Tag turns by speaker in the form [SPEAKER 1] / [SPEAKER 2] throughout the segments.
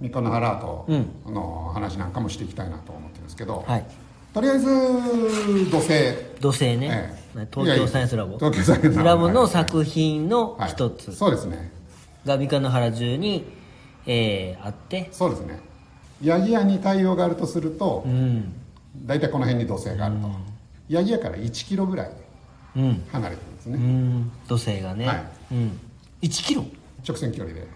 [SPEAKER 1] 三日の原と
[SPEAKER 2] うん
[SPEAKER 1] の話なんかもしていきたいなと思ってるんですけど、
[SPEAKER 2] はい
[SPEAKER 1] とりあえず土星
[SPEAKER 2] 土星ね
[SPEAKER 1] え、え
[SPEAKER 2] 東京サイエンスラボ
[SPEAKER 1] いやいや東京サイエンスラボ
[SPEAKER 2] ラボの作品の
[SPEAKER 1] はい
[SPEAKER 2] 一つ
[SPEAKER 1] そうですね
[SPEAKER 2] が三日の原中に、えーあって
[SPEAKER 1] そうですねヤギ屋に太陽があるとすると、
[SPEAKER 2] うん
[SPEAKER 1] 大体この辺に土星があると、ヤギ屋から1キロぐらい
[SPEAKER 2] うん
[SPEAKER 1] 離れてるんです
[SPEAKER 2] う
[SPEAKER 1] ね、
[SPEAKER 2] ん土星がね、
[SPEAKER 1] はい
[SPEAKER 2] うん1キロ
[SPEAKER 1] 直線距離で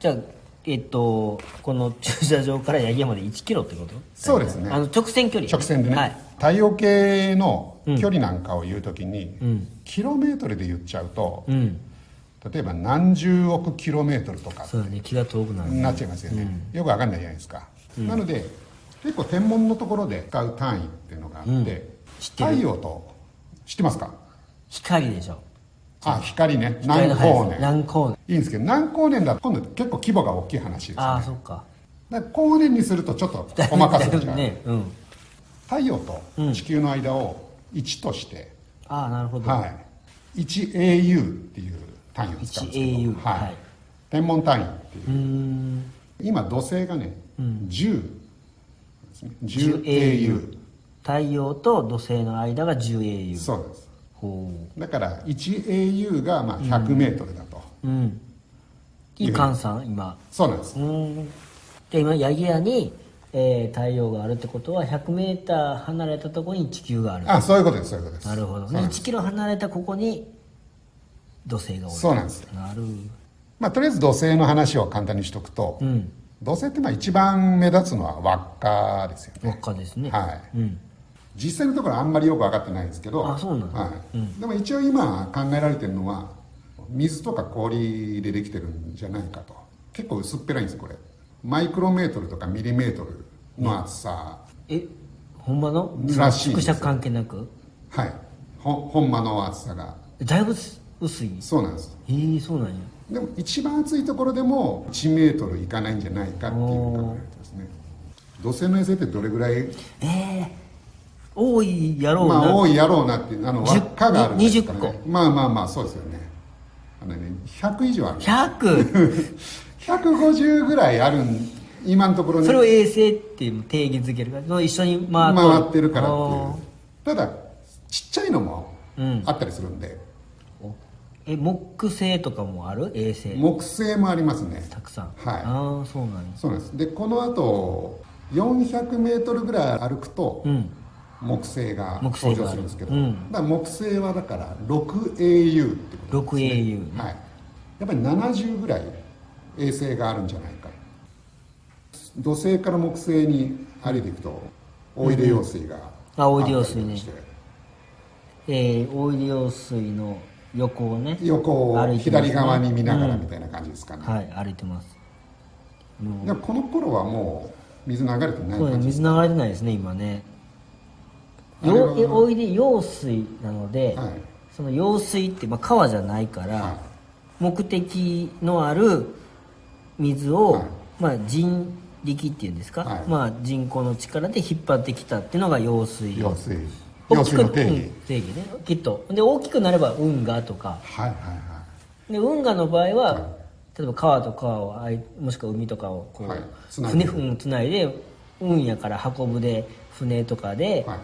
[SPEAKER 2] じゃあえっとこの駐車場から八木山まで1キロってこと
[SPEAKER 1] そうですね
[SPEAKER 2] あの直線距離
[SPEAKER 1] 直線でね、
[SPEAKER 2] はい
[SPEAKER 1] 太陽系の距離なんかを言うときに、キロメートルで言っちゃうと、
[SPEAKER 2] うん
[SPEAKER 1] 例えば何十億キロメートルとか
[SPEAKER 2] そうだね気が遠くなるね
[SPEAKER 1] なっちゃいますよね、よくわかんないじゃないですか、なので結構天文のところで使う単位っていうのがあって、
[SPEAKER 2] 知ってる
[SPEAKER 1] 太陽と知ってますか
[SPEAKER 2] 光でしょ
[SPEAKER 1] あ光ね
[SPEAKER 2] 光
[SPEAKER 1] 何
[SPEAKER 2] の速さ
[SPEAKER 1] 光年
[SPEAKER 2] 何光年
[SPEAKER 1] いいんですけど何光年だと今度結構規模が大きい話ですねだ
[SPEAKER 2] ああ
[SPEAKER 1] か
[SPEAKER 2] そっから
[SPEAKER 1] 光年にするとちょっとお任せ
[SPEAKER 2] だい
[SPEAKER 1] じ
[SPEAKER 2] ぶ
[SPEAKER 1] ゃん、
[SPEAKER 2] ねうん
[SPEAKER 1] 太陽と地球の間を1として、
[SPEAKER 2] ああなるほど、
[SPEAKER 1] はい、1AU っていう単位を使うんですけど、
[SPEAKER 2] 1AU
[SPEAKER 1] はい
[SPEAKER 2] はい
[SPEAKER 1] 天文単位っていう
[SPEAKER 2] うーん
[SPEAKER 1] 今土星がね、10ですね
[SPEAKER 2] 10AU
[SPEAKER 1] 10AU
[SPEAKER 2] 太陽と土星の間が 10AU
[SPEAKER 1] そうです
[SPEAKER 2] ほ
[SPEAKER 1] だから 1AU がまあ 100m だと、
[SPEAKER 2] ううんいい換算今
[SPEAKER 1] そうなんです
[SPEAKER 2] うーんじゃあ今八木屋に、えー太陽があるってことは 100m 離れたところに地球がある
[SPEAKER 1] あそういうことですそういうことです
[SPEAKER 2] なるほど
[SPEAKER 1] そう
[SPEAKER 2] ね
[SPEAKER 1] なんです
[SPEAKER 2] 1キロ離れたここに土星がおる
[SPEAKER 1] そうなんです
[SPEAKER 2] なる
[SPEAKER 1] まあ、とりあえず土星の話を簡単にしとくと、
[SPEAKER 2] うん
[SPEAKER 1] 土星ってまあ一番目立つのは輪っかですよ
[SPEAKER 2] 輪
[SPEAKER 1] ね
[SPEAKER 2] っかですね
[SPEAKER 1] はい
[SPEAKER 2] うん
[SPEAKER 1] 実際のところあんまりよく分かってないんですけど
[SPEAKER 2] あそうなんだ
[SPEAKER 1] はいでも一応今考えられてるのは水とか氷でできてるんじゃないかと結構薄っぺらいんですこれマイクロメートルとかミリメートルの厚さ、
[SPEAKER 2] えほんまの
[SPEAKER 1] らしいで
[SPEAKER 2] 縮
[SPEAKER 1] す
[SPEAKER 2] 尺関係なく
[SPEAKER 1] はいほほんまの厚さが
[SPEAKER 2] だいぶ薄い
[SPEAKER 1] そうなんです
[SPEAKER 2] えー、そうなんや
[SPEAKER 1] でも一番暑いところでも1メートルいかないんじゃないかっていう考えられてますね土星の衛星ってどれぐらい
[SPEAKER 2] ええー、多いやろうな、
[SPEAKER 1] まあ多いやろうなっていうあの輪
[SPEAKER 2] 10
[SPEAKER 1] っかがあるんですか、ね、
[SPEAKER 2] 20
[SPEAKER 1] まあまあまあそうですよねあのね100以上ある
[SPEAKER 2] 100
[SPEAKER 1] 150ぐらいあるん今のところね
[SPEAKER 2] それを衛星っていう定義づけるからその一緒に回っとる
[SPEAKER 1] 回ってるからって
[SPEAKER 2] あ
[SPEAKER 1] いうただちっちゃいのも
[SPEAKER 2] うん
[SPEAKER 1] あったりするんで、
[SPEAKER 2] ーおえ木星とかもある衛星
[SPEAKER 1] 木星もありますね
[SPEAKER 2] たくさん
[SPEAKER 1] はい
[SPEAKER 2] ああそうなんや
[SPEAKER 1] そうなんですでこのあと400メートルぐらい歩くと、
[SPEAKER 2] うん
[SPEAKER 1] 木星が
[SPEAKER 2] 木
[SPEAKER 1] 登
[SPEAKER 2] 星
[SPEAKER 1] 場
[SPEAKER 2] がある
[SPEAKER 1] するんですけど、
[SPEAKER 2] うん
[SPEAKER 1] だから木星はだから 6AU ってこと
[SPEAKER 2] 6AU ね
[SPEAKER 1] はい、やっぱり70ぐらい衛星があるんじゃないか土星から木星に歩いていくとおいで用水が
[SPEAKER 2] あおいで用
[SPEAKER 1] あ
[SPEAKER 2] 水ね
[SPEAKER 1] ったりして
[SPEAKER 2] えー、大入り用水の横をね
[SPEAKER 1] 横
[SPEAKER 2] 歩
[SPEAKER 1] を
[SPEAKER 2] いてますね
[SPEAKER 1] 左側に見ながら
[SPEAKER 2] うん
[SPEAKER 1] みたいな感じですかね、
[SPEAKER 2] はい歩いてますも
[SPEAKER 1] でもこの頃はもう水流れてな
[SPEAKER 2] う
[SPEAKER 1] い
[SPEAKER 2] そうね
[SPEAKER 1] 感じ
[SPEAKER 2] 水流れてないですね今ね
[SPEAKER 1] あれは
[SPEAKER 2] よえ大入り用水なので、
[SPEAKER 1] はい
[SPEAKER 2] その用水って、まあ、川じゃないから、
[SPEAKER 1] は
[SPEAKER 2] 目的のある水を、
[SPEAKER 1] はい
[SPEAKER 2] まあ人力っていうんですか、
[SPEAKER 1] はい
[SPEAKER 2] まあ人口の力で引っ張ってきたっていうのが用水
[SPEAKER 1] 用水用
[SPEAKER 2] 大き
[SPEAKER 1] 水
[SPEAKER 2] く
[SPEAKER 1] の定義、
[SPEAKER 2] うん定義ねきっとで大きくなれば運河とか
[SPEAKER 1] はいはいはい
[SPEAKER 2] で運河の場合は例えば川と川をあいもしくは海とかをこう、
[SPEAKER 1] はいつないで
[SPEAKER 2] 船うんつないで運やから運ぶで船とかで、
[SPEAKER 1] はい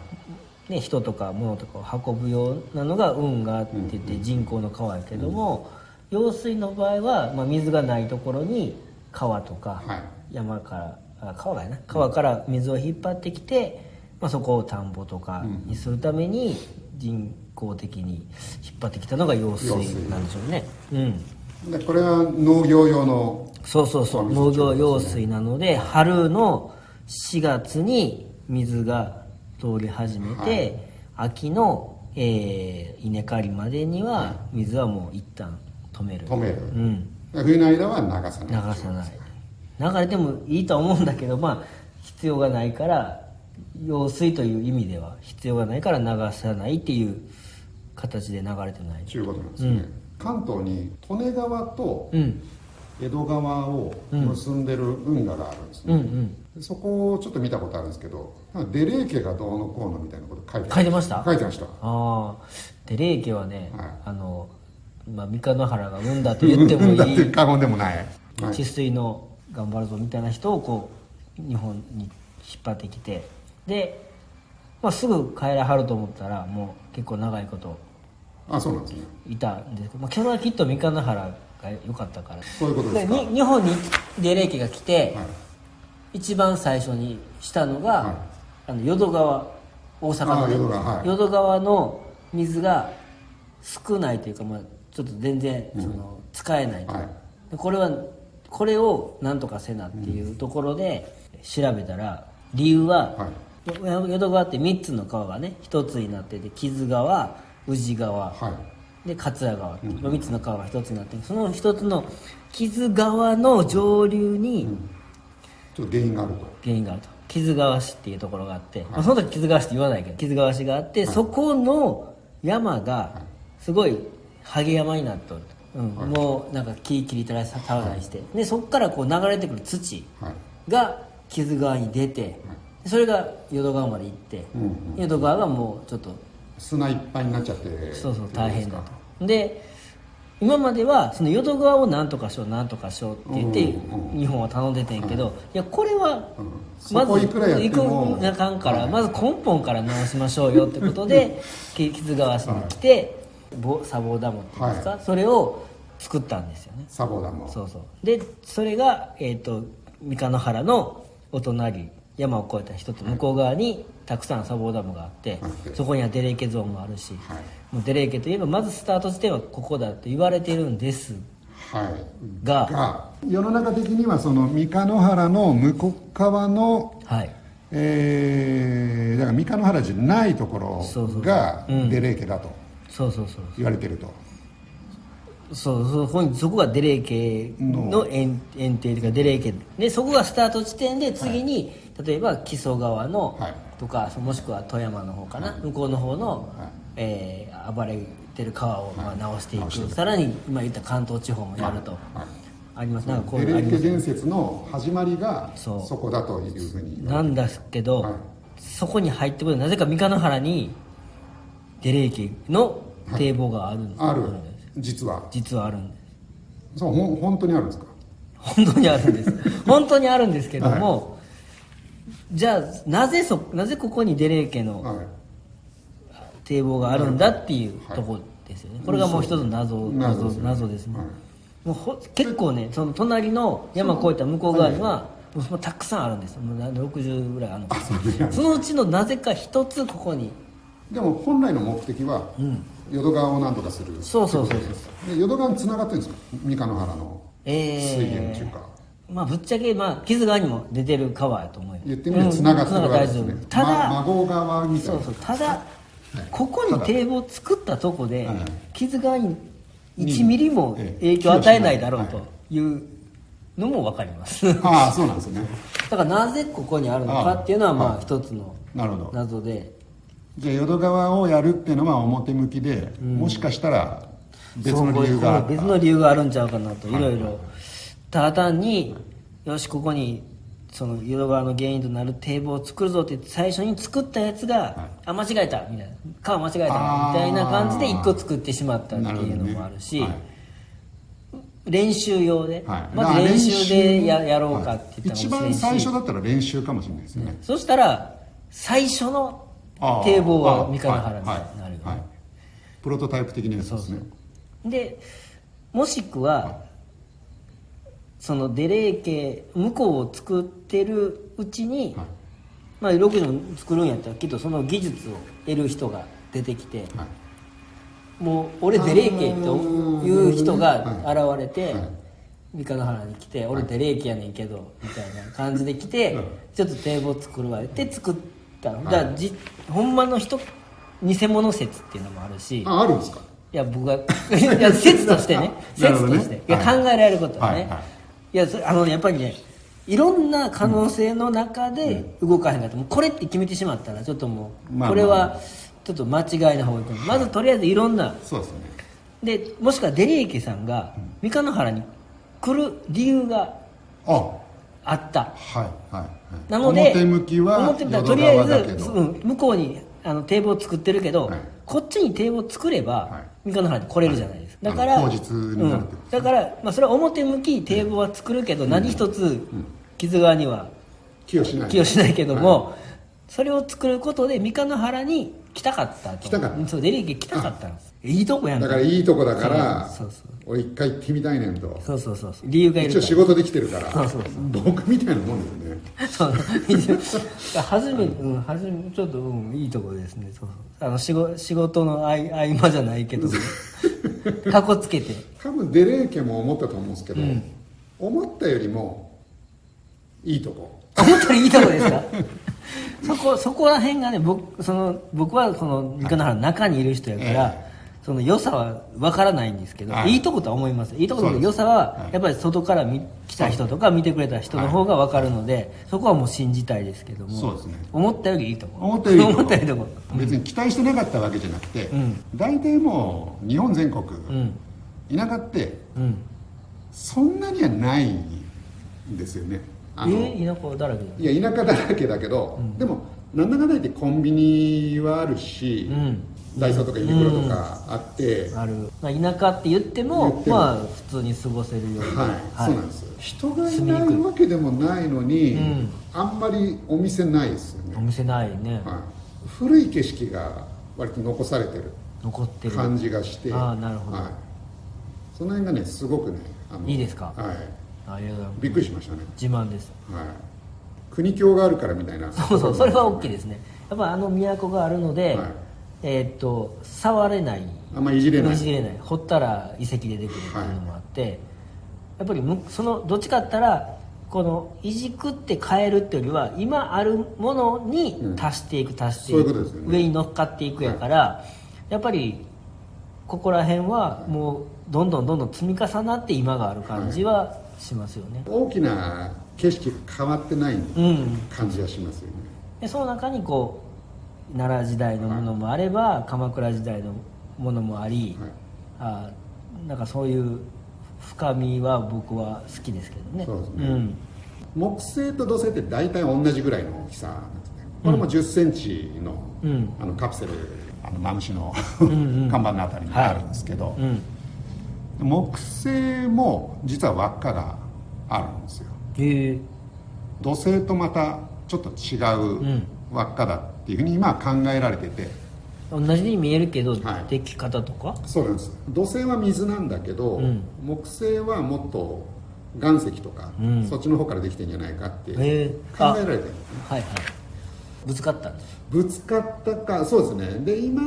[SPEAKER 2] ね、人とか物とかを運ぶようなのが運河って言って人工の川やけども、用水の場合は、まあ、水がないところに川とか
[SPEAKER 1] はい
[SPEAKER 2] 山から、あ川やな川から水を引っ張ってきて、まあ、そこを田んぼとかにするために人工的に引っ張ってきたのが用水
[SPEAKER 1] 用水
[SPEAKER 2] なんでしょうね。うん
[SPEAKER 1] でこれは農業用の
[SPEAKER 2] そうそうそう農業用水なので春の4月に水が通り始めて、
[SPEAKER 1] はい
[SPEAKER 2] 秋の、えー稲刈りまでには水はもう一旦止める
[SPEAKER 1] 止める
[SPEAKER 2] うん
[SPEAKER 1] 冬の間は流さ
[SPEAKER 2] 流
[SPEAKER 1] ない
[SPEAKER 2] さない流れてもいいとは思うんだけどまあ必要がないから用水という意味では必要がないから流さないっていう形で流れてない
[SPEAKER 1] ということなんですね、関東に利根川と
[SPEAKER 2] うん
[SPEAKER 1] 江戸川を結んでる運河があるんです
[SPEAKER 2] うんう
[SPEAKER 1] ね、
[SPEAKER 2] ん
[SPEAKER 1] でそこをちょっと見たことあるんですけどなんかデレー家がどうのこうのみたいなこと書いてある
[SPEAKER 2] 書いてました
[SPEAKER 1] 書いてました
[SPEAKER 2] ああで霊家はね、
[SPEAKER 1] はい
[SPEAKER 2] あの、まあ、三日野原が産んだと言ってもい
[SPEAKER 1] 産んだって
[SPEAKER 2] い
[SPEAKER 1] 過言でもない、はい
[SPEAKER 2] 治水の頑張るぞみたいな人をこう日本に引っ張ってきてで、まあ、すぐ帰らはると思ったらもう結構長いこと
[SPEAKER 1] あそうなんですね
[SPEAKER 2] いたんですけど、まあ、去年はきっと三河原が良かったから
[SPEAKER 1] そういうことですか
[SPEAKER 2] に日本にデレー家が来て、
[SPEAKER 1] はい
[SPEAKER 2] 一番最初にしたのが、
[SPEAKER 1] はい
[SPEAKER 2] あの淀川大阪の、
[SPEAKER 1] あ淀川はい
[SPEAKER 2] 淀川の水が少ないというか、まあ、ちょっと全然その使えないと、
[SPEAKER 1] はい
[SPEAKER 2] でこれはこれをなんとかせなっていうところで調べたら理由は、
[SPEAKER 1] は
[SPEAKER 2] よ淀川って3つの川がね1つになってて木津川宇治川、
[SPEAKER 1] はい
[SPEAKER 2] で桂川っていう、三つの川が一つになってその一つの木津川の上流に
[SPEAKER 1] ちょっと原因があると
[SPEAKER 2] 原因があると木津川市っていうところがあって、まあ、その時木津川市って言わないけど木津川市があって、そこの山がすごいハゲ山になっておると、うんもうなんか木切りたらさたらないして、でそこからこう流れてくる土
[SPEAKER 1] はい
[SPEAKER 2] が木津川に出て、それが淀川まで行って、
[SPEAKER 1] うんうん
[SPEAKER 2] 淀川がもうちょっと
[SPEAKER 1] 砂いっぱいになっちゃって
[SPEAKER 2] そうそう
[SPEAKER 1] っていこと
[SPEAKER 2] 大
[SPEAKER 1] です
[SPEAKER 2] 変
[SPEAKER 1] か
[SPEAKER 2] だとで今まではその淀川をなんとかしようなんとかしようって言って
[SPEAKER 1] うん
[SPEAKER 2] 日本は頼んでてんけど、い、やこれは
[SPEAKER 1] うん
[SPEAKER 2] ま
[SPEAKER 1] そこ
[SPEAKER 2] ず
[SPEAKER 1] いくらやっても
[SPEAKER 2] 行くなあかんから、
[SPEAKER 1] はい
[SPEAKER 2] まず根本から直しましょうよってこ とで木津川市に来て、ぼ砂防ダムっていうんですか、
[SPEAKER 1] は
[SPEAKER 2] それを作ったんですよね
[SPEAKER 1] サボダも
[SPEAKER 2] そうそうでそれが、えー、と三河原のお隣山を越えた一つ向こう側にたくさん砂防ダムがあって、
[SPEAKER 1] うん
[SPEAKER 2] そこにはデレーケゾーンもあるし、
[SPEAKER 1] はい
[SPEAKER 2] もうデレーケといえばまずスタート地点はここだと言われてるんです
[SPEAKER 1] はい
[SPEAKER 2] が
[SPEAKER 1] 世の中的にはその三河原の向こう側の
[SPEAKER 2] はい
[SPEAKER 1] えーだから三河原じゃないとこ
[SPEAKER 2] そうそ
[SPEAKER 1] ろ
[SPEAKER 2] う
[SPEAKER 1] が
[SPEAKER 2] うん
[SPEAKER 1] デレー家だと
[SPEAKER 2] そうそうそう
[SPEAKER 1] 言われてると、
[SPEAKER 2] そうそうこにそこがデレーケの園園庭というかデレーケでそこがスタート地点で次に、例えば木曽川の、
[SPEAKER 1] はい
[SPEAKER 2] とかそもしくは富山の方かな、向こうの方の、
[SPEAKER 1] はい
[SPEAKER 2] えー暴れてる川をまあ直していく、
[SPEAKER 1] 直していく
[SPEAKER 2] さらに今言った関東地方もやると、
[SPEAKER 1] はい
[SPEAKER 2] ありますなんかこうい
[SPEAKER 1] デ
[SPEAKER 2] う
[SPEAKER 1] レ
[SPEAKER 2] の
[SPEAKER 1] ー
[SPEAKER 2] あり
[SPEAKER 1] 家
[SPEAKER 2] ます
[SPEAKER 1] 伝説の始まりが
[SPEAKER 2] そ
[SPEAKER 1] そうこだというふうに
[SPEAKER 2] なんですけど、
[SPEAKER 1] はい
[SPEAKER 2] そこに入ってくるなぜか三河原にデレー家の堤防があるんです、
[SPEAKER 1] ある
[SPEAKER 2] んです
[SPEAKER 1] 実は
[SPEAKER 2] 実はあるんです
[SPEAKER 1] そうほん本当にあるんですか
[SPEAKER 2] 本当にあるんです 本当にあるんですけども、じゃあなぜそなぜここにデレー家の
[SPEAKER 1] はい
[SPEAKER 2] 堤防があるんだっていうとこですよね、これがもう一つの謎
[SPEAKER 1] そう
[SPEAKER 2] 謎
[SPEAKER 1] 謎ですね
[SPEAKER 2] 謎ですね、
[SPEAKER 1] はい
[SPEAKER 2] もうほ結構ねその隣の山越えた向こう側にはもうもうたくさんあるんですよもうな60ぐらいあるのか
[SPEAKER 1] そうですね
[SPEAKER 2] なそのうちのなぜか一つここに
[SPEAKER 1] でも本来の目的は淀川を何とかする
[SPEAKER 2] そうそうそうそう
[SPEAKER 1] で淀川に繋がってるんですか三河原の
[SPEAKER 2] えー
[SPEAKER 1] 水源っていうか、
[SPEAKER 2] まあぶっちゃけまあ木津川にも出てる川やと思うよ
[SPEAKER 1] 言ってみれば繋がってる
[SPEAKER 2] うん
[SPEAKER 1] わけです
[SPEAKER 2] 繋
[SPEAKER 1] ね
[SPEAKER 2] がってるた
[SPEAKER 1] ま
[SPEAKER 2] だ、
[SPEAKER 1] 孫川みたい
[SPEAKER 2] そ
[SPEAKER 1] な
[SPEAKER 2] うそうただ、ここに堤防を作ったとこで、
[SPEAKER 1] はい
[SPEAKER 2] 傷が1
[SPEAKER 1] に
[SPEAKER 2] ミリも
[SPEAKER 1] ええ
[SPEAKER 2] 影響を与えないだろう
[SPEAKER 1] は
[SPEAKER 2] と
[SPEAKER 1] い
[SPEAKER 2] いうのも分かります、だ
[SPEAKER 1] ああそうなんですね
[SPEAKER 2] からなぜここにあるのかっていうのはまあ一つの
[SPEAKER 1] なるほど
[SPEAKER 2] 謎で
[SPEAKER 1] じゃあ淀川をやるっていうのは表向きで、もしかしたら別の理由があっ
[SPEAKER 2] そう
[SPEAKER 1] た
[SPEAKER 2] 別の理由があるんちゃうかなといろいろただ単によしここにその淀川の原因となる堤防を作るぞって最初に作ったやつが、あ間違えたみたいな川間違えたみたいな感じで一個作ってしまったっていうのもあるし
[SPEAKER 1] なほどね
[SPEAKER 2] 練習用で、
[SPEAKER 1] はいはい
[SPEAKER 2] まず
[SPEAKER 1] だから
[SPEAKER 2] 練習でややろうか
[SPEAKER 1] は
[SPEAKER 2] っ
[SPEAKER 1] い
[SPEAKER 2] て言った
[SPEAKER 1] 一
[SPEAKER 2] かもしれ
[SPEAKER 1] 番
[SPEAKER 2] んし
[SPEAKER 1] 最初だったら練習かもしれないですよね、
[SPEAKER 2] そしたら最初の
[SPEAKER 1] ああ
[SPEAKER 2] 堤防は
[SPEAKER 1] ああ
[SPEAKER 2] 三河原に
[SPEAKER 1] はい
[SPEAKER 2] なるよね、
[SPEAKER 1] はいはいプロトタイプ的なやつですね
[SPEAKER 2] でもしくはそのデレー系向こうを作ってるうちに、
[SPEAKER 1] はい
[SPEAKER 2] まあ60も作るんやったらきっとその技術を得る人が出てきて、
[SPEAKER 1] はい
[SPEAKER 2] もう俺デレー系という人が現れて、
[SPEAKER 1] はいはい
[SPEAKER 2] 三河原に来て「俺デレー系やねんけど」みたいな感じで来て、
[SPEAKER 1] うん
[SPEAKER 2] ちょっと堤防作るわれて作ったの、だからじほんまの人偽物説っていうのもあるし、
[SPEAKER 1] ああるんですか
[SPEAKER 2] いや僕がいや説としてね
[SPEAKER 1] なる
[SPEAKER 2] 説
[SPEAKER 1] ほど
[SPEAKER 2] と
[SPEAKER 1] ね
[SPEAKER 2] して、いや考
[SPEAKER 1] はい
[SPEAKER 2] えられることはね、
[SPEAKER 1] はいいはい
[SPEAKER 2] やそれあのやっぱりねいろんな可能性の中で動かへんかった、もうこれって決めてしまったらちょっともう、
[SPEAKER 1] まあ
[SPEAKER 2] これはちょっと間違いの方がいいと思うまずとりあえずいろんな
[SPEAKER 1] そうですね
[SPEAKER 2] でもしくはデリエケさんが三河原に来る理由が
[SPEAKER 1] あは
[SPEAKER 2] あった
[SPEAKER 1] いはいはい
[SPEAKER 2] なので
[SPEAKER 1] 表向きは
[SPEAKER 2] 表向きはと
[SPEAKER 1] 淀
[SPEAKER 2] りあ
[SPEAKER 1] 川だけ
[SPEAKER 2] えず、
[SPEAKER 1] ど
[SPEAKER 2] うん向こうにあの堤防を作ってるけど、
[SPEAKER 1] はい
[SPEAKER 2] こっちに堤防を作れば、
[SPEAKER 1] はい
[SPEAKER 2] 三河の原に来れるじゃないですか、
[SPEAKER 1] はい
[SPEAKER 2] だから
[SPEAKER 1] あの口実になるってこと
[SPEAKER 2] うんだから、まあ、それは表向き堤防は作るけど、何一つ木津川には
[SPEAKER 1] 寄与しない
[SPEAKER 2] 寄与しないけども、
[SPEAKER 1] は
[SPEAKER 2] それを作ることで三河の原に来たかったと
[SPEAKER 1] 来たかった
[SPEAKER 2] そうデリゲ来たかったんですいいとこやん
[SPEAKER 1] だからいいとこだから
[SPEAKER 2] そうそう
[SPEAKER 1] 俺一回行ってみたいねんと
[SPEAKER 2] そうそうそうそう理由がいる
[SPEAKER 1] 一応仕事できてるから
[SPEAKER 2] そうそう
[SPEAKER 1] 僕みたいなもんですね
[SPEAKER 2] そう初めて、うん、初めちょっと、うん、いいところですねそうそうあの仕事仕事の合合間じゃないけどかっこつけて
[SPEAKER 1] 多分デレー家も思ったと思うんですけど、思ったよりもいいとこ
[SPEAKER 2] 本当にいいとこですかそこそこら辺がね僕その僕はこの三河原の中にいる人やから、
[SPEAKER 1] はい
[SPEAKER 2] その良さは分からないんですけど、、
[SPEAKER 1] はいい
[SPEAKER 2] いとことは思いますいいとこと
[SPEAKER 1] そう
[SPEAKER 2] の
[SPEAKER 1] です
[SPEAKER 2] 良さはやっぱり外から見来た人とか見てくれた人の方が分かるので、そこはもう信じたいですけども
[SPEAKER 1] そうですね
[SPEAKER 2] 思ったよりいいとこ
[SPEAKER 1] 思ったよりいいとこ
[SPEAKER 2] 思ったよりいいとこ
[SPEAKER 1] 別に期待してなかったわけじゃなくて、
[SPEAKER 2] ん
[SPEAKER 1] 大体もう日本全国、
[SPEAKER 2] ん
[SPEAKER 1] 田舎って
[SPEAKER 2] うん
[SPEAKER 1] そんなにはないんですよねあの
[SPEAKER 2] え田舎だらけだ
[SPEAKER 1] いや田舎だらけだけど、でもなんだかんだ言ってコンビニはあるし、
[SPEAKER 2] うん
[SPEAKER 1] ダイソーとかユニクロとかあって、
[SPEAKER 2] ある、まあ、田舎って言っても
[SPEAKER 1] 言っても
[SPEAKER 2] まあ普通に過ごせるように
[SPEAKER 1] はい、そうなんです人がい
[SPEAKER 2] 住み
[SPEAKER 1] な
[SPEAKER 2] に
[SPEAKER 1] い
[SPEAKER 2] くい
[SPEAKER 1] わけでもないのに、
[SPEAKER 2] ん
[SPEAKER 1] あんまりお店ないですよね
[SPEAKER 2] お、店ないね、
[SPEAKER 1] はい、古い景色が割と残されてる
[SPEAKER 2] 残ってる
[SPEAKER 1] 感じがして
[SPEAKER 2] あーなるほど
[SPEAKER 1] はい、その辺がねすごくねあの
[SPEAKER 2] いいですか
[SPEAKER 1] はい、
[SPEAKER 2] ありがとうございます
[SPEAKER 1] びっくりしましたね、
[SPEAKER 2] 自慢です
[SPEAKER 1] はい、国境があるからみたいな
[SPEAKER 2] そうそうそれは OK ですねやっぱあの都があるので、
[SPEAKER 1] はい
[SPEAKER 2] えーっと触れない
[SPEAKER 1] あんまいじれない
[SPEAKER 2] いじれない掘ったら遺跡出てくるっていうのもあって、やっぱりむそのどっちかって言ったらこのいじくって変えるっていうよりは今あるものに足していく、足してい
[SPEAKER 1] そうい
[SPEAKER 2] く
[SPEAKER 1] うことですよね
[SPEAKER 2] 上に乗っかっていくやから、やっぱりここら辺はもうどんどんどんどん積み重なって今がある感じはしますよね、
[SPEAKER 1] 大きな景色が変わってない
[SPEAKER 2] うん
[SPEAKER 1] 感じがしますよね、
[SPEAKER 2] でその中にこう奈良時代のものもあれば、鎌倉時代のものもあり、
[SPEAKER 1] はい
[SPEAKER 2] あーなんかそういう深みは僕は好きですけどね
[SPEAKER 1] そうですね
[SPEAKER 2] ん、
[SPEAKER 1] 木星と土星って大体同じぐらいの大きさなんですねこれも1 0ンチの,、
[SPEAKER 2] うん
[SPEAKER 1] あのカプセルあのマムシの
[SPEAKER 2] んうん
[SPEAKER 1] 看板のあたりにあるんですけど、
[SPEAKER 2] うん、
[SPEAKER 1] 木星も実は輪っかがあるんですよ
[SPEAKER 2] へえ
[SPEAKER 1] 土星とまたちょっと違う輪っかだっていうふうに今は考えられてて、
[SPEAKER 2] 同じに見えるけど、
[SPEAKER 1] はい
[SPEAKER 2] でき方とか
[SPEAKER 1] そうなんです土星は水なんだけど、
[SPEAKER 2] うん
[SPEAKER 1] 木星はもっと岩石とか、
[SPEAKER 2] うん
[SPEAKER 1] そっちの方からできてんじゃないかって考
[SPEAKER 2] へえ
[SPEAKER 1] え
[SPEAKER 2] あ
[SPEAKER 1] られてるんですね
[SPEAKER 2] はいはいぶつかったんです
[SPEAKER 1] ぶつかったかそうですねで今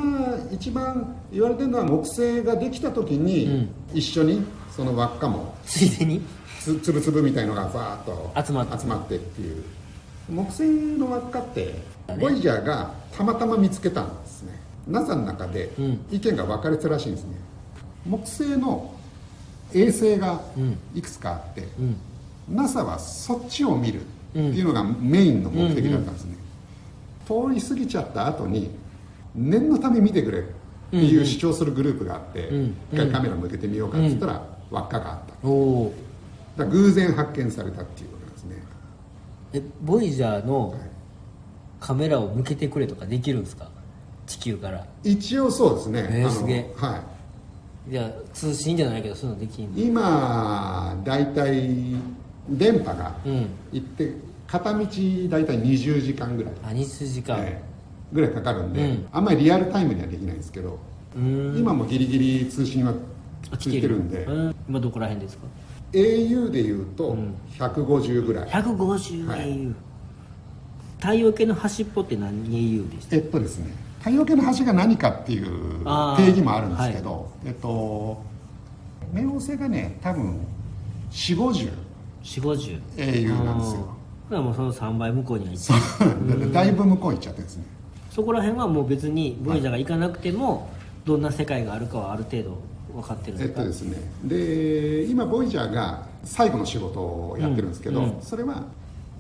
[SPEAKER 1] 一番言われてるのは木星ができた時に、一緒にその輪っかも
[SPEAKER 2] ついでに
[SPEAKER 1] つつぶつぶみたいのがバーッと
[SPEAKER 2] 集まって
[SPEAKER 1] ってっていう木星の輪っかってボイジャーがたまたま見つけたんですね NASA の中で
[SPEAKER 2] うん
[SPEAKER 1] 意見が分かれてたらしいんですね、木星の衛星が
[SPEAKER 2] うん
[SPEAKER 1] いくつかあって、
[SPEAKER 2] うん
[SPEAKER 1] NASA はそっちを見るっていうのがメインの目的だったんですね、通り過ぎちゃった後に念のため見てくれっていう主張するグループがあって、
[SPEAKER 2] うん
[SPEAKER 1] 一回カメラ向けてみようかって言ったら輪っかがあった
[SPEAKER 2] おお
[SPEAKER 1] だから偶然発見されたっていうことなんですね
[SPEAKER 2] えボイジャーの
[SPEAKER 1] はい
[SPEAKER 2] カメラを向けてくれとかできるんですか地球から
[SPEAKER 1] 一応そうですね、
[SPEAKER 2] えーすげえ
[SPEAKER 1] はい
[SPEAKER 2] じゃあ通信じゃないけどそういうのできんの
[SPEAKER 1] 今大体電波が
[SPEAKER 2] うん
[SPEAKER 1] 行って片道大体20時間ぐらい、
[SPEAKER 2] 何筋か、
[SPEAKER 1] えーぐらいかかるんで、
[SPEAKER 2] うん
[SPEAKER 1] あんまりリアルタイムにはできないんですけど
[SPEAKER 2] うーん
[SPEAKER 1] 今もギリギリ通信は
[SPEAKER 2] あ
[SPEAKER 1] ついてるんで、
[SPEAKER 2] うん今どこら辺ですか
[SPEAKER 1] au でいうと150ぐらい、
[SPEAKER 2] 150 AU、太陽系の端っぽって何 AU でした
[SPEAKER 1] えっとですね太陽系の端が何かっていう
[SPEAKER 2] あー
[SPEAKER 1] 定義もあるんですけど、えっと冥王星がね多分4 5 0
[SPEAKER 2] 450
[SPEAKER 1] au なんですよ
[SPEAKER 2] これはもうその3倍向こうには行って
[SPEAKER 1] そうだいぶ向こう行っちゃってですね
[SPEAKER 2] そこら辺はもう別にボイジャーが行かなくてもどんな世界があるかはある程度分かってるん
[SPEAKER 1] え
[SPEAKER 2] で
[SPEAKER 1] っ
[SPEAKER 2] す
[SPEAKER 1] と
[SPEAKER 2] か、
[SPEAKER 1] ですねで今ボイジャーが最後の仕事をやってるんですけど、
[SPEAKER 2] うんうん
[SPEAKER 1] それは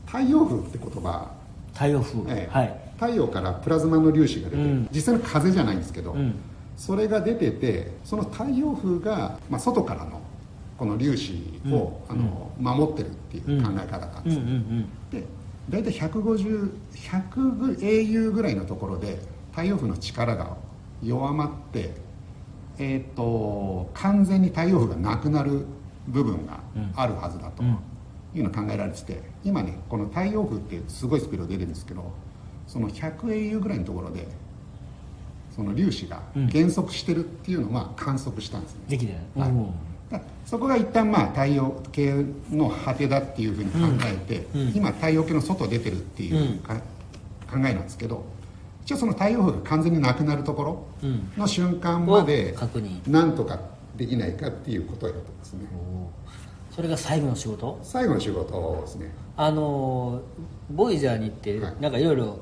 [SPEAKER 1] 太陽風って言葉、
[SPEAKER 2] 太陽風、
[SPEAKER 1] ええ
[SPEAKER 2] はい
[SPEAKER 1] 太陽からプラズマの粒子が出て、
[SPEAKER 2] うん
[SPEAKER 1] 実際の風じゃないんですけど、
[SPEAKER 2] うん
[SPEAKER 1] それが出ててその太陽風が、まあ、外からのこの粒子を、あの守ってるっていう考え方があるんで
[SPEAKER 2] うん
[SPEAKER 1] す
[SPEAKER 2] う
[SPEAKER 1] ね、
[SPEAKER 2] ん
[SPEAKER 1] で大体150100ぐ au ぐらいのところで太陽風の力が弱まってえー、と完全に太陽風がなくなる部分があるはずだというのを考えられてて今ねこの太陽風ってすごいスピード出てるんですけどその 100au ぐらいのところでその粒子が減速してるっていうのをまあ観測したんですね、
[SPEAKER 2] できてない、
[SPEAKER 1] はい
[SPEAKER 2] おー
[SPEAKER 1] だからそこが一旦まあ太陽系の果てだっていうふうに考えて、
[SPEAKER 2] うんうん
[SPEAKER 1] 今太陽系の外出てるっていうか、考えなんですけど一応その太陽風が完全になくなるところ
[SPEAKER 2] うん
[SPEAKER 1] の瞬間まで
[SPEAKER 2] を確認
[SPEAKER 1] なんとかできないかっていうことやと思うんですね
[SPEAKER 2] おーそれが最後の仕事
[SPEAKER 1] 最後の仕事ですね
[SPEAKER 2] あのーボイジャーに行って、
[SPEAKER 1] はい
[SPEAKER 2] なんかいろいろ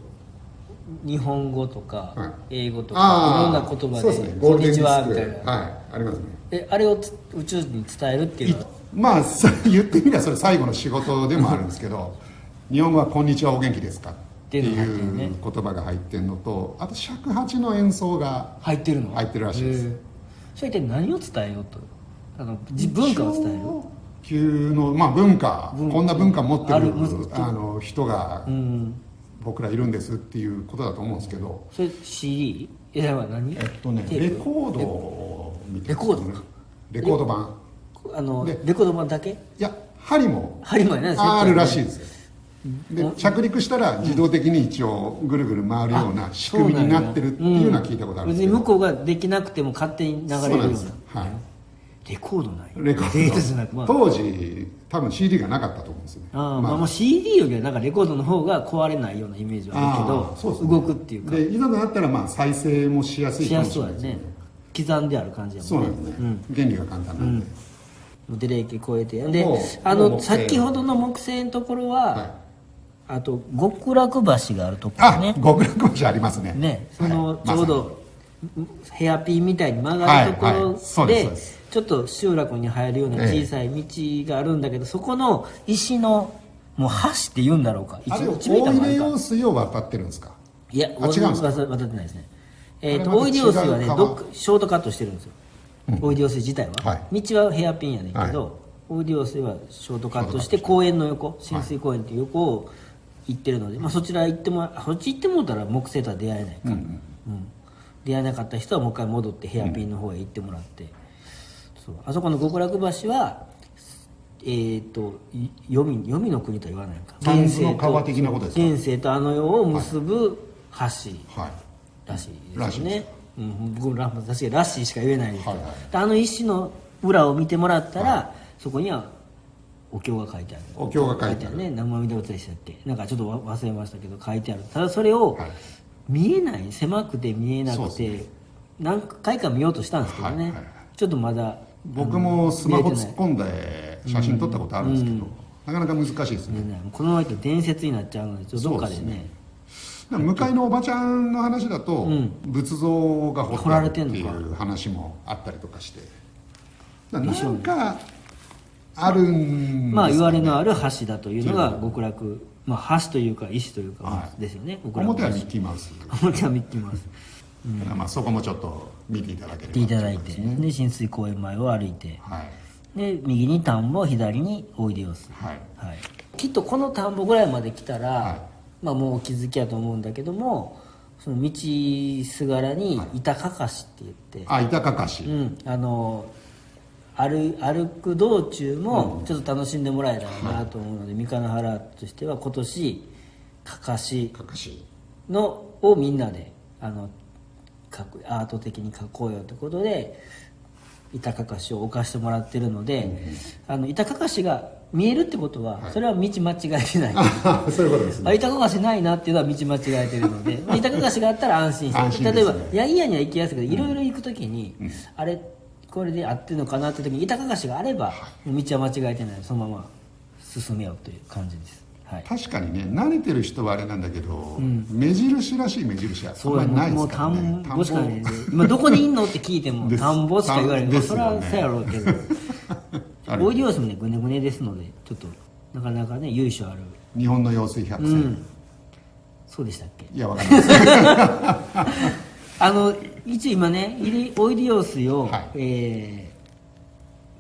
[SPEAKER 2] 日本語とか、
[SPEAKER 1] は
[SPEAKER 2] 英語とかいろん
[SPEAKER 1] あ
[SPEAKER 2] な
[SPEAKER 1] あ
[SPEAKER 2] 言葉
[SPEAKER 1] そう
[SPEAKER 2] で
[SPEAKER 1] ですね
[SPEAKER 2] 「
[SPEAKER 1] ゴ
[SPEAKER 2] こ
[SPEAKER 1] ー
[SPEAKER 2] ん
[SPEAKER 1] ルデン
[SPEAKER 2] に
[SPEAKER 1] デ
[SPEAKER 2] ち
[SPEAKER 1] ィ
[SPEAKER 2] は」
[SPEAKER 1] スク
[SPEAKER 2] みたいな、
[SPEAKER 1] はいありますね
[SPEAKER 2] えあれをつ宇宙人に伝えるっていうのは
[SPEAKER 1] まあさ言ってみればそれ最後の仕事でもあるんですけど 日本語は「こんにちはお元気ですか?」ってい
[SPEAKER 2] っていうのが入ってるね
[SPEAKER 1] う言葉が入ってるのとあと尺八の演奏が
[SPEAKER 2] 入ってるの
[SPEAKER 1] 入ってるらしいです
[SPEAKER 2] へーそれ一体何を伝えようとあのじ文化を伝える
[SPEAKER 1] 級の、まあ、文化
[SPEAKER 2] 文
[SPEAKER 1] こんな文化持ってる
[SPEAKER 2] ある
[SPEAKER 1] あの人が
[SPEAKER 2] うん
[SPEAKER 1] 僕らいるんですっていうことだと思うんですけど、
[SPEAKER 2] それ CD? いや何
[SPEAKER 1] えっとね
[SPEAKER 2] テ
[SPEAKER 1] レ
[SPEAKER 2] ープ
[SPEAKER 1] コードを見て
[SPEAKER 2] レコード
[SPEAKER 1] レコード版
[SPEAKER 2] あの
[SPEAKER 1] で
[SPEAKER 2] レコード版だけ
[SPEAKER 1] いや針も
[SPEAKER 2] 針もやないですね
[SPEAKER 1] あるらしいですよで
[SPEAKER 2] うん
[SPEAKER 1] 着陸したら自動的に一応ぐるぐる回るような仕組みになってるっていうのは聞いたことあるん
[SPEAKER 2] ん
[SPEAKER 1] です
[SPEAKER 2] 別
[SPEAKER 1] け
[SPEAKER 2] に
[SPEAKER 1] ど
[SPEAKER 2] 向こうができなくても勝手に流れ
[SPEAKER 1] そ
[SPEAKER 2] る
[SPEAKER 1] う
[SPEAKER 2] よ
[SPEAKER 1] な
[SPEAKER 2] うんな
[SPEAKER 1] ですはい
[SPEAKER 2] レコードない
[SPEAKER 1] レコード
[SPEAKER 2] データじゃなくまあ
[SPEAKER 1] 当時多分 CD がなかったと思うんですよね
[SPEAKER 2] あー
[SPEAKER 1] ま
[SPEAKER 2] まあ、
[SPEAKER 1] あ
[SPEAKER 2] まあ CD よりはなんかレコードの方が壊れないようなイメージはあるけ
[SPEAKER 1] あーそう
[SPEAKER 2] ど
[SPEAKER 1] ですね
[SPEAKER 2] 動くっていうか
[SPEAKER 1] でいざとなったらまあ再生もしやすい
[SPEAKER 2] し
[SPEAKER 1] か
[SPEAKER 2] や
[SPEAKER 1] も
[SPEAKER 2] す
[SPEAKER 1] し
[SPEAKER 2] そ
[SPEAKER 1] れ
[SPEAKER 2] う
[SPEAKER 1] ない
[SPEAKER 2] や
[SPEAKER 1] です
[SPEAKER 2] ね
[SPEAKER 1] ね
[SPEAKER 2] 刻んである感じや
[SPEAKER 1] そ
[SPEAKER 2] も
[SPEAKER 1] うんな
[SPEAKER 2] ね
[SPEAKER 1] んですね、原理が簡単なんで、
[SPEAKER 2] もうデレーキ超えてで
[SPEAKER 1] もう
[SPEAKER 2] あ
[SPEAKER 1] も
[SPEAKER 2] の
[SPEAKER 1] う
[SPEAKER 2] 先ほどの木星のところは、
[SPEAKER 1] はい
[SPEAKER 2] あと極楽橋があるところ
[SPEAKER 1] あ、
[SPEAKER 2] ね
[SPEAKER 1] 極楽橋ありますね
[SPEAKER 2] ねそ
[SPEAKER 1] はい
[SPEAKER 2] の、
[SPEAKER 1] まさ
[SPEAKER 2] ちょ
[SPEAKER 1] に
[SPEAKER 2] うどヘアピンみたいに曲がるところで,、
[SPEAKER 1] はいはいそうですそうです
[SPEAKER 2] ちょっと集落に入るような
[SPEAKER 1] ええ
[SPEAKER 2] 小さい道があるんだけど、そこの石のもう橋って言うんだろうか
[SPEAKER 1] あれ
[SPEAKER 2] 一メ
[SPEAKER 1] 大
[SPEAKER 2] ーターもあ
[SPEAKER 1] 入
[SPEAKER 2] るか
[SPEAKER 1] 用水を渡ってるんですか
[SPEAKER 2] いや、
[SPEAKER 1] あ
[SPEAKER 2] 大
[SPEAKER 1] 違うん
[SPEAKER 2] 井用
[SPEAKER 1] です
[SPEAKER 2] 水
[SPEAKER 1] か
[SPEAKER 2] は渡ってないですね。えっ、
[SPEAKER 1] あれ
[SPEAKER 2] と、
[SPEAKER 1] また
[SPEAKER 2] 大井用水はね、
[SPEAKER 1] 違う川
[SPEAKER 2] どっかショートカットしてるんですよ。大井用水自体は、
[SPEAKER 1] はい
[SPEAKER 2] 道はヘアピンやねんけど、大井用水はショートカットして、公園の横、浸水公園っていう横を行ってるので、まあ、そちら行っても、そっち行ってもうたら木星とは出会えないか、うん出会えなかった人はもう一回戻ってヘアピンの方へ行ってもらって、そうあそこの極楽橋は、えっ、と、い黄泉黄泉の国とは言わないか。
[SPEAKER 1] 三途の川的なことですか
[SPEAKER 2] 現世とあの世を結ぶ橋
[SPEAKER 1] は
[SPEAKER 2] らしい
[SPEAKER 1] ら
[SPEAKER 2] で
[SPEAKER 1] し
[SPEAKER 2] す
[SPEAKER 1] いで
[SPEAKER 2] ね
[SPEAKER 1] す、
[SPEAKER 2] うん、僕ら確かに「らしい」しか言えないですけど、
[SPEAKER 1] はいはい
[SPEAKER 2] であの石の裏を見てもらったら、そこにはお経が書いてある
[SPEAKER 1] お経が書いてある
[SPEAKER 2] ね生身でお伝えしたっけなんかちょっとわ忘れましたけど書いてあるただそれを、
[SPEAKER 1] はい
[SPEAKER 2] 見えない狭くて見えな
[SPEAKER 1] そう
[SPEAKER 2] くて、
[SPEAKER 1] です
[SPEAKER 2] 何回か見ようとしたんですけどね、
[SPEAKER 1] はいはいはい
[SPEAKER 2] ちょっとまだ
[SPEAKER 1] 僕もスマホ
[SPEAKER 2] 見
[SPEAKER 1] 突
[SPEAKER 2] えてな
[SPEAKER 1] っ
[SPEAKER 2] い
[SPEAKER 1] 込んで写真撮ったことあるんですけど、なかなか難しいですね、
[SPEAKER 2] 見えないこのままいったら伝説になっちゃうのでちょっとどっかで
[SPEAKER 1] そうです
[SPEAKER 2] ね
[SPEAKER 1] だから向かいのおばちゃんの話だと、仏像が彫られてるってい
[SPEAKER 2] 彫られてん
[SPEAKER 1] う話もあったりとかしてだからなんかあるん
[SPEAKER 2] まあ
[SPEAKER 1] です
[SPEAKER 2] 言
[SPEAKER 1] よ
[SPEAKER 2] わ
[SPEAKER 1] ね
[SPEAKER 2] れのある橋だというのが極楽、まあ、橋というか石というか、
[SPEAKER 1] はい
[SPEAKER 2] ですよね極楽
[SPEAKER 1] 表はミッキーマウス、
[SPEAKER 2] 橋表は見てます
[SPEAKER 1] だからまあそこもちょっと見ていただければ
[SPEAKER 2] 見ていただい
[SPEAKER 1] と
[SPEAKER 2] てで,、
[SPEAKER 1] うことですね
[SPEAKER 2] 浸水公園前を歩いて
[SPEAKER 1] はい
[SPEAKER 2] で右に田んぼ左においでよす、
[SPEAKER 1] はい
[SPEAKER 2] はい、きっとこの田んぼぐらいまで来たら、
[SPEAKER 1] はい
[SPEAKER 2] まあもうお気づきやと思うんだけどもその道すがらに板かかしって言って、
[SPEAKER 1] あ板かかし、
[SPEAKER 2] うん、あの歩歩く道中もちょっと楽しんでもらえたらなと思うので、三河原としては今年かかし
[SPEAKER 1] かかし
[SPEAKER 2] のをみんなであのかっこアート的に描こうよってことで板かかしを置かしてもらってるので、あの板かかしが見えるってことは、それは道間違えてない。
[SPEAKER 1] あそういうことですね
[SPEAKER 2] あ板かかしないなっていうのは道間違えてる ので板かかしがあったら安心して
[SPEAKER 1] 安心です
[SPEAKER 2] 例え
[SPEAKER 1] ね
[SPEAKER 2] ばヤギ屋には行きやすいけどいろいろ行く時に、あれこれで合ってるのかなって時に板かかしがあれば道は間違えてないそのまま進めようという感じです、はい、
[SPEAKER 1] 確かにね慣れてる人はあれなんだけど、目印らしい目印はそんな
[SPEAKER 2] や
[SPEAKER 1] にないで
[SPEAKER 2] も
[SPEAKER 1] すか
[SPEAKER 2] う田
[SPEAKER 1] らね
[SPEAKER 2] んぼしかない
[SPEAKER 1] 田んぼ
[SPEAKER 2] 今どこにいんのって聞いても
[SPEAKER 1] です
[SPEAKER 2] 田んぼしか言われ
[SPEAKER 1] 田
[SPEAKER 2] なんい
[SPEAKER 1] ぼ
[SPEAKER 2] それは
[SPEAKER 1] ですよね
[SPEAKER 2] そうやろうけ
[SPEAKER 1] ある
[SPEAKER 2] ど大量数もねぐねぐねですのでちょっとなかなかね由緒ある
[SPEAKER 1] 日本の用水百選、
[SPEAKER 2] うんそうでしたっけ
[SPEAKER 1] いやわかんないです
[SPEAKER 2] あの一応今ね入りオイリ用水を、
[SPEAKER 1] はい
[SPEAKER 2] え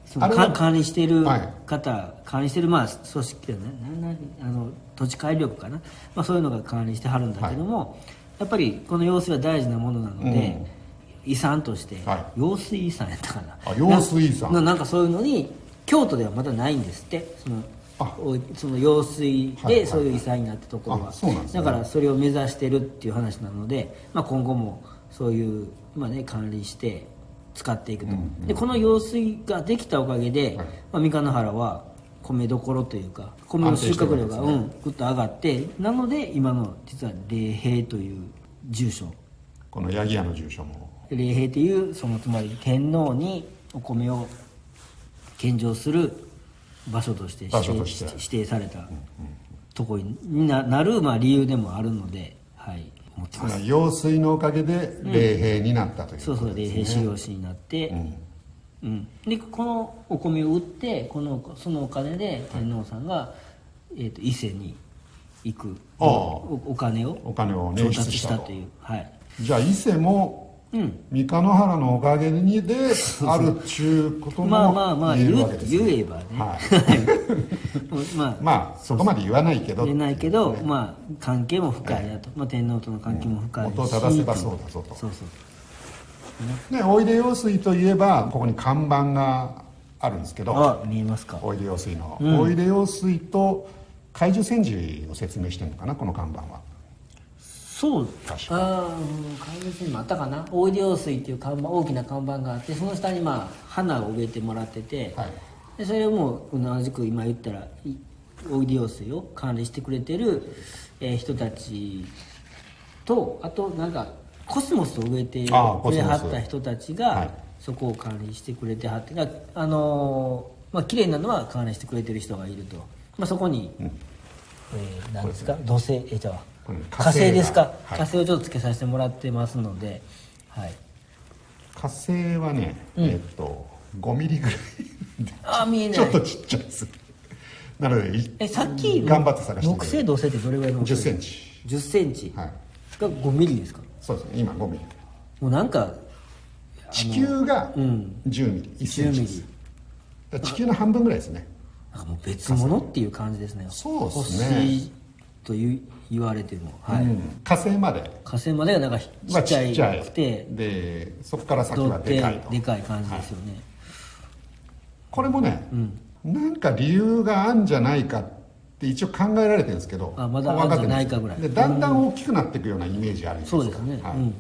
[SPEAKER 2] ーそ
[SPEAKER 1] あ
[SPEAKER 2] の
[SPEAKER 1] れは
[SPEAKER 2] か管理している
[SPEAKER 1] はい
[SPEAKER 2] 方、管理しているまあ組織だねななあの土地改良区かな、まあ、そういうのが管理してはるんだけども、やっぱりこの用水は大事なものなので、遺産として、
[SPEAKER 1] は
[SPEAKER 2] 用水遺産やったかな
[SPEAKER 1] あ用水遺産
[SPEAKER 2] ななんかそういうのに京都ではまだないんですってその
[SPEAKER 1] あ
[SPEAKER 2] おその用水
[SPEAKER 1] はいはいは
[SPEAKER 2] で
[SPEAKER 1] い
[SPEAKER 2] そういう遺産になったところは,、
[SPEAKER 1] あそうなんです
[SPEAKER 2] だ
[SPEAKER 1] ね
[SPEAKER 2] からそれを目指してるっていう話なので、まあ、今後もそういう、まあね、管理して使っていくと、でこの用水ができたおかげで、
[SPEAKER 1] はい
[SPEAKER 2] まあ、三河原は米どころというか米の収穫
[SPEAKER 1] 安定してるわけ
[SPEAKER 2] 量が、
[SPEAKER 1] です
[SPEAKER 2] う
[SPEAKER 1] ね
[SPEAKER 2] んぐっと上がってなので今の実は霊平という住所
[SPEAKER 1] この八木屋の住所も
[SPEAKER 2] 霊平というそのつまり天皇にお米を献上する場所として指
[SPEAKER 1] 場所
[SPEAKER 2] 定
[SPEAKER 1] として
[SPEAKER 2] 指定されたとこにななる、まあ、理由でもあるので、はい、思ってます、
[SPEAKER 1] 用水のおかげで霊平になったという
[SPEAKER 2] そうそう霊平修行士になって、うんでこのお米を売ってこのそのお金で天皇さんが、えー、と伊勢に行く
[SPEAKER 1] ああ
[SPEAKER 2] おお金を
[SPEAKER 1] お金を捻
[SPEAKER 2] 調
[SPEAKER 1] 出
[SPEAKER 2] 達し
[SPEAKER 1] したた
[SPEAKER 2] と
[SPEAKER 1] と
[SPEAKER 2] いうはい
[SPEAKER 1] じゃあ伊勢も三河原のおかげにであるっちゅうことも
[SPEAKER 2] まあまあまあ
[SPEAKER 1] 言え
[SPEAKER 2] 言
[SPEAKER 1] る
[SPEAKER 2] う
[SPEAKER 1] わけですね
[SPEAKER 2] 言えばね、
[SPEAKER 1] は
[SPEAKER 2] まあ、
[SPEAKER 1] まあそこまで言わないけ ど
[SPEAKER 2] 出ないけど、まあ関係も深いなと、まあ、天皇との関係も深いし、
[SPEAKER 1] 元を正せばそうだぞと
[SPEAKER 2] そうそう
[SPEAKER 1] ねおいで用水といえばここに看板があるんですけど
[SPEAKER 2] あ見えますか
[SPEAKER 1] おいで用水の、おいで用水と怪獣戦時を説明してるのかなこの看板は
[SPEAKER 2] そう
[SPEAKER 1] 確か
[SPEAKER 2] ああ海流水もあったかな大井用水っていう看板大きな看板があってその下にまあ花を植えてもらってて、
[SPEAKER 1] はい
[SPEAKER 2] でそれをもう同じく今言ったらい大井用水を管理してくれてる、えー人たちとあとなんかコスモスを植えてくれ
[SPEAKER 1] あーコスモス
[SPEAKER 2] はった人たちが、
[SPEAKER 1] はい
[SPEAKER 2] そこを管理してくれてはってだあのーまあ綺麗なのは管理してくれてる人がいると、まあ、そこに、えーなんですか土星えーじゃあ
[SPEAKER 1] これ
[SPEAKER 2] 火星ですか、
[SPEAKER 1] はい
[SPEAKER 2] 火星をちょっとつけさせてもらってますので、はい、
[SPEAKER 1] 火星はね、えっと5ミリぐらい
[SPEAKER 2] ああ見えない
[SPEAKER 1] ちょっとちっちゃいですなのでい
[SPEAKER 2] えさっき
[SPEAKER 1] 頑張って探して
[SPEAKER 2] 木星土星ってどれぐらいの
[SPEAKER 1] 1 0ンチ
[SPEAKER 2] 1 0ンチ
[SPEAKER 1] は
[SPEAKER 2] が
[SPEAKER 1] い
[SPEAKER 2] 5ミリですか
[SPEAKER 1] そうですね今5ミリ
[SPEAKER 2] もうなんか
[SPEAKER 1] 地球が
[SPEAKER 2] ん
[SPEAKER 1] 10ミリ1セ
[SPEAKER 2] 10
[SPEAKER 1] ンチ
[SPEAKER 2] ミ
[SPEAKER 1] です
[SPEAKER 2] リ
[SPEAKER 1] だから地球の半分ぐらいですね
[SPEAKER 2] なんかもう別物っていう感じですね
[SPEAKER 1] そうですね
[SPEAKER 2] 星という言われても、はい
[SPEAKER 1] うん火星まで
[SPEAKER 2] 火星までがなんかち
[SPEAKER 1] まあ
[SPEAKER 2] っちゃくて、
[SPEAKER 1] でそこから先
[SPEAKER 2] ど
[SPEAKER 1] は
[SPEAKER 2] っ
[SPEAKER 1] で
[SPEAKER 2] て
[SPEAKER 1] かいと
[SPEAKER 2] でかい感じですよね、
[SPEAKER 1] これもね、なんか理由があるんじゃないかって一応考えられてるんですけど
[SPEAKER 2] あまだ
[SPEAKER 1] 分かって
[SPEAKER 2] あるんじゃないかぐらい
[SPEAKER 1] でだんだん大きくなっていくようなイメージあるん
[SPEAKER 2] そうですね
[SPEAKER 1] はい
[SPEAKER 2] うん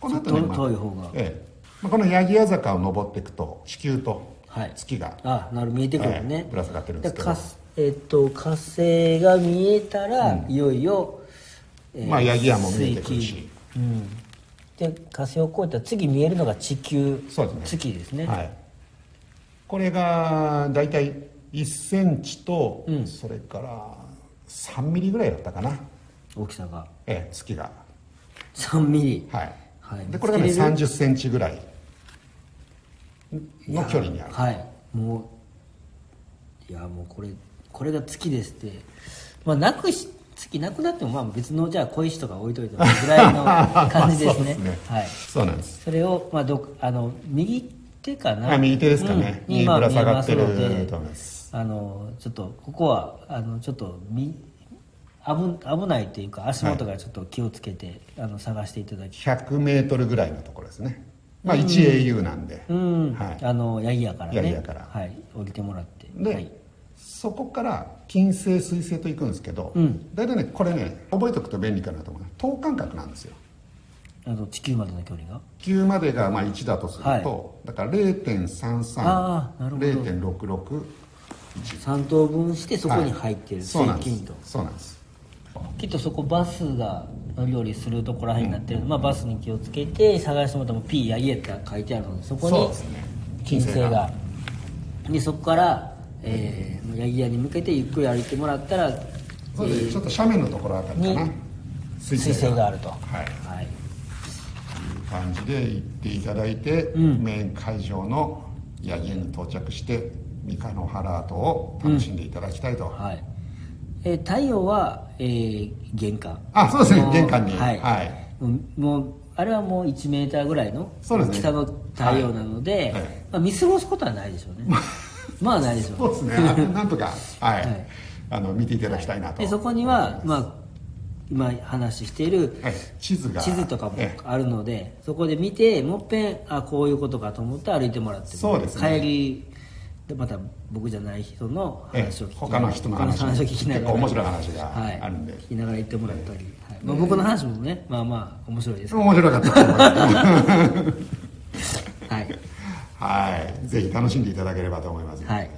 [SPEAKER 1] この後ね、
[SPEAKER 2] ちょっと
[SPEAKER 1] まあ
[SPEAKER 2] 遠い方が
[SPEAKER 1] ええまあ、この八木屋坂を登っていくと地球と
[SPEAKER 2] はい
[SPEAKER 1] 月が、
[SPEAKER 2] あなる見えてくるね、
[SPEAKER 1] ええぶら下がってるんですけど
[SPEAKER 2] だから火星えっと火星が見えたら、いよいよ、えー
[SPEAKER 1] まあ八木屋も見えてくる
[SPEAKER 2] 水
[SPEAKER 1] し
[SPEAKER 2] 金で火星を越えたら次見えるのが地球
[SPEAKER 1] そうですね
[SPEAKER 2] 月ですね、
[SPEAKER 1] はい、これが大体1センチと、それから3ミリぐらいだったかな、
[SPEAKER 2] 大きさが
[SPEAKER 1] ええ、月が
[SPEAKER 2] 3ミリ
[SPEAKER 1] はい、
[SPEAKER 2] はい
[SPEAKER 1] でこれがね
[SPEAKER 2] 見つけれ
[SPEAKER 1] 3 0ンチぐらいの距離にある
[SPEAKER 2] はいもういやもうこれこれが月ですってまあなくし月なくなってもまあ別のじゃあ小石とか置いといてもぐら いの感じです
[SPEAKER 1] そ
[SPEAKER 2] ね
[SPEAKER 1] うですね
[SPEAKER 2] はい
[SPEAKER 1] そうなんです
[SPEAKER 2] それを、まあ、どっあの右手かな
[SPEAKER 1] あ右手ですかね
[SPEAKER 2] うん
[SPEAKER 1] に
[SPEAKER 2] 今
[SPEAKER 1] ぶら下がってる
[SPEAKER 2] 見えますので
[SPEAKER 1] と思います
[SPEAKER 2] あのちょっとここはあのちょっとみ危危ないというか足元からちょっと気をつけて、あの探していただき
[SPEAKER 1] 1 0 0ルぐらいのところですねまあ 1au なんで、
[SPEAKER 2] うん、
[SPEAKER 1] はい、
[SPEAKER 2] あのヤギやからね
[SPEAKER 1] ヤギやから
[SPEAKER 2] はい、降りてもらって
[SPEAKER 1] で、
[SPEAKER 2] はい、
[SPEAKER 1] そこから金星水星と行くんですけど、大体ねこれね覚えておくと便利かなと思う等間隔なんですよ
[SPEAKER 2] あの地球までの距離が
[SPEAKER 1] 9までがまあ1だとすると、
[SPEAKER 2] は
[SPEAKER 1] だから
[SPEAKER 2] あーなるほど
[SPEAKER 1] 0.330.66
[SPEAKER 2] 3等分してそこに入ってる、
[SPEAKER 1] そうなんで
[SPEAKER 2] 水
[SPEAKER 1] す
[SPEAKER 2] 金と
[SPEAKER 1] そうなんです
[SPEAKER 2] きっとそこバスが乗り降りするところらへんになってるので、まあ、バスに気をつけて探してもらっても P や E やって書いてあるのでそこ
[SPEAKER 1] そう
[SPEAKER 2] に
[SPEAKER 1] ですね
[SPEAKER 2] 金星がでそこから、えー、ヤギ屋に向けてゆっくり歩いてもらったら、え
[SPEAKER 1] そうですね
[SPEAKER 2] ー
[SPEAKER 1] ちょっと斜面のところあたりかな
[SPEAKER 2] に
[SPEAKER 1] 水
[SPEAKER 2] 彗星があると
[SPEAKER 1] はい
[SPEAKER 2] はい、
[SPEAKER 1] いう感じで行っていただいて、メイン会場の八木屋に到着して三河の原跡を楽しんでいただきたいと、
[SPEAKER 2] はいえー太陽は、えー玄関
[SPEAKER 1] あそうですね
[SPEAKER 2] も
[SPEAKER 1] 玄関に
[SPEAKER 2] はい、
[SPEAKER 1] はい
[SPEAKER 2] うんもうあれはもう1メーターぐらいの
[SPEAKER 1] そうですね
[SPEAKER 2] 大きさの太陽なので、
[SPEAKER 1] はいはい
[SPEAKER 2] まあ、見過ごすことはないでしょうねまあないでしょう
[SPEAKER 1] そう ですねあなんとかはい、
[SPEAKER 2] はい
[SPEAKER 1] あの見ていただきたいなと、
[SPEAKER 2] でそこには、まあ今話している
[SPEAKER 1] はい地図が
[SPEAKER 2] 地図とかも
[SPEAKER 1] ええ
[SPEAKER 2] あるのでそこで見てもっぺんあこういうことかと思って歩いてもらっても
[SPEAKER 1] そうですね
[SPEAKER 2] 帰りでまた僕じゃない人の
[SPEAKER 1] え
[SPEAKER 2] 話を聞きなが
[SPEAKER 1] 他
[SPEAKER 2] ら
[SPEAKER 1] の人の話
[SPEAKER 2] 他の話を聞きながら
[SPEAKER 1] 結構面白い話があるんで
[SPEAKER 2] はい、聞きながら言ってもらったり、はいまあ、僕の話もねまあまあ面白いです、
[SPEAKER 1] 面白かったと思います
[SPEAKER 2] はい
[SPEAKER 1] はいぜひ楽しんでいただければと思います
[SPEAKER 2] はい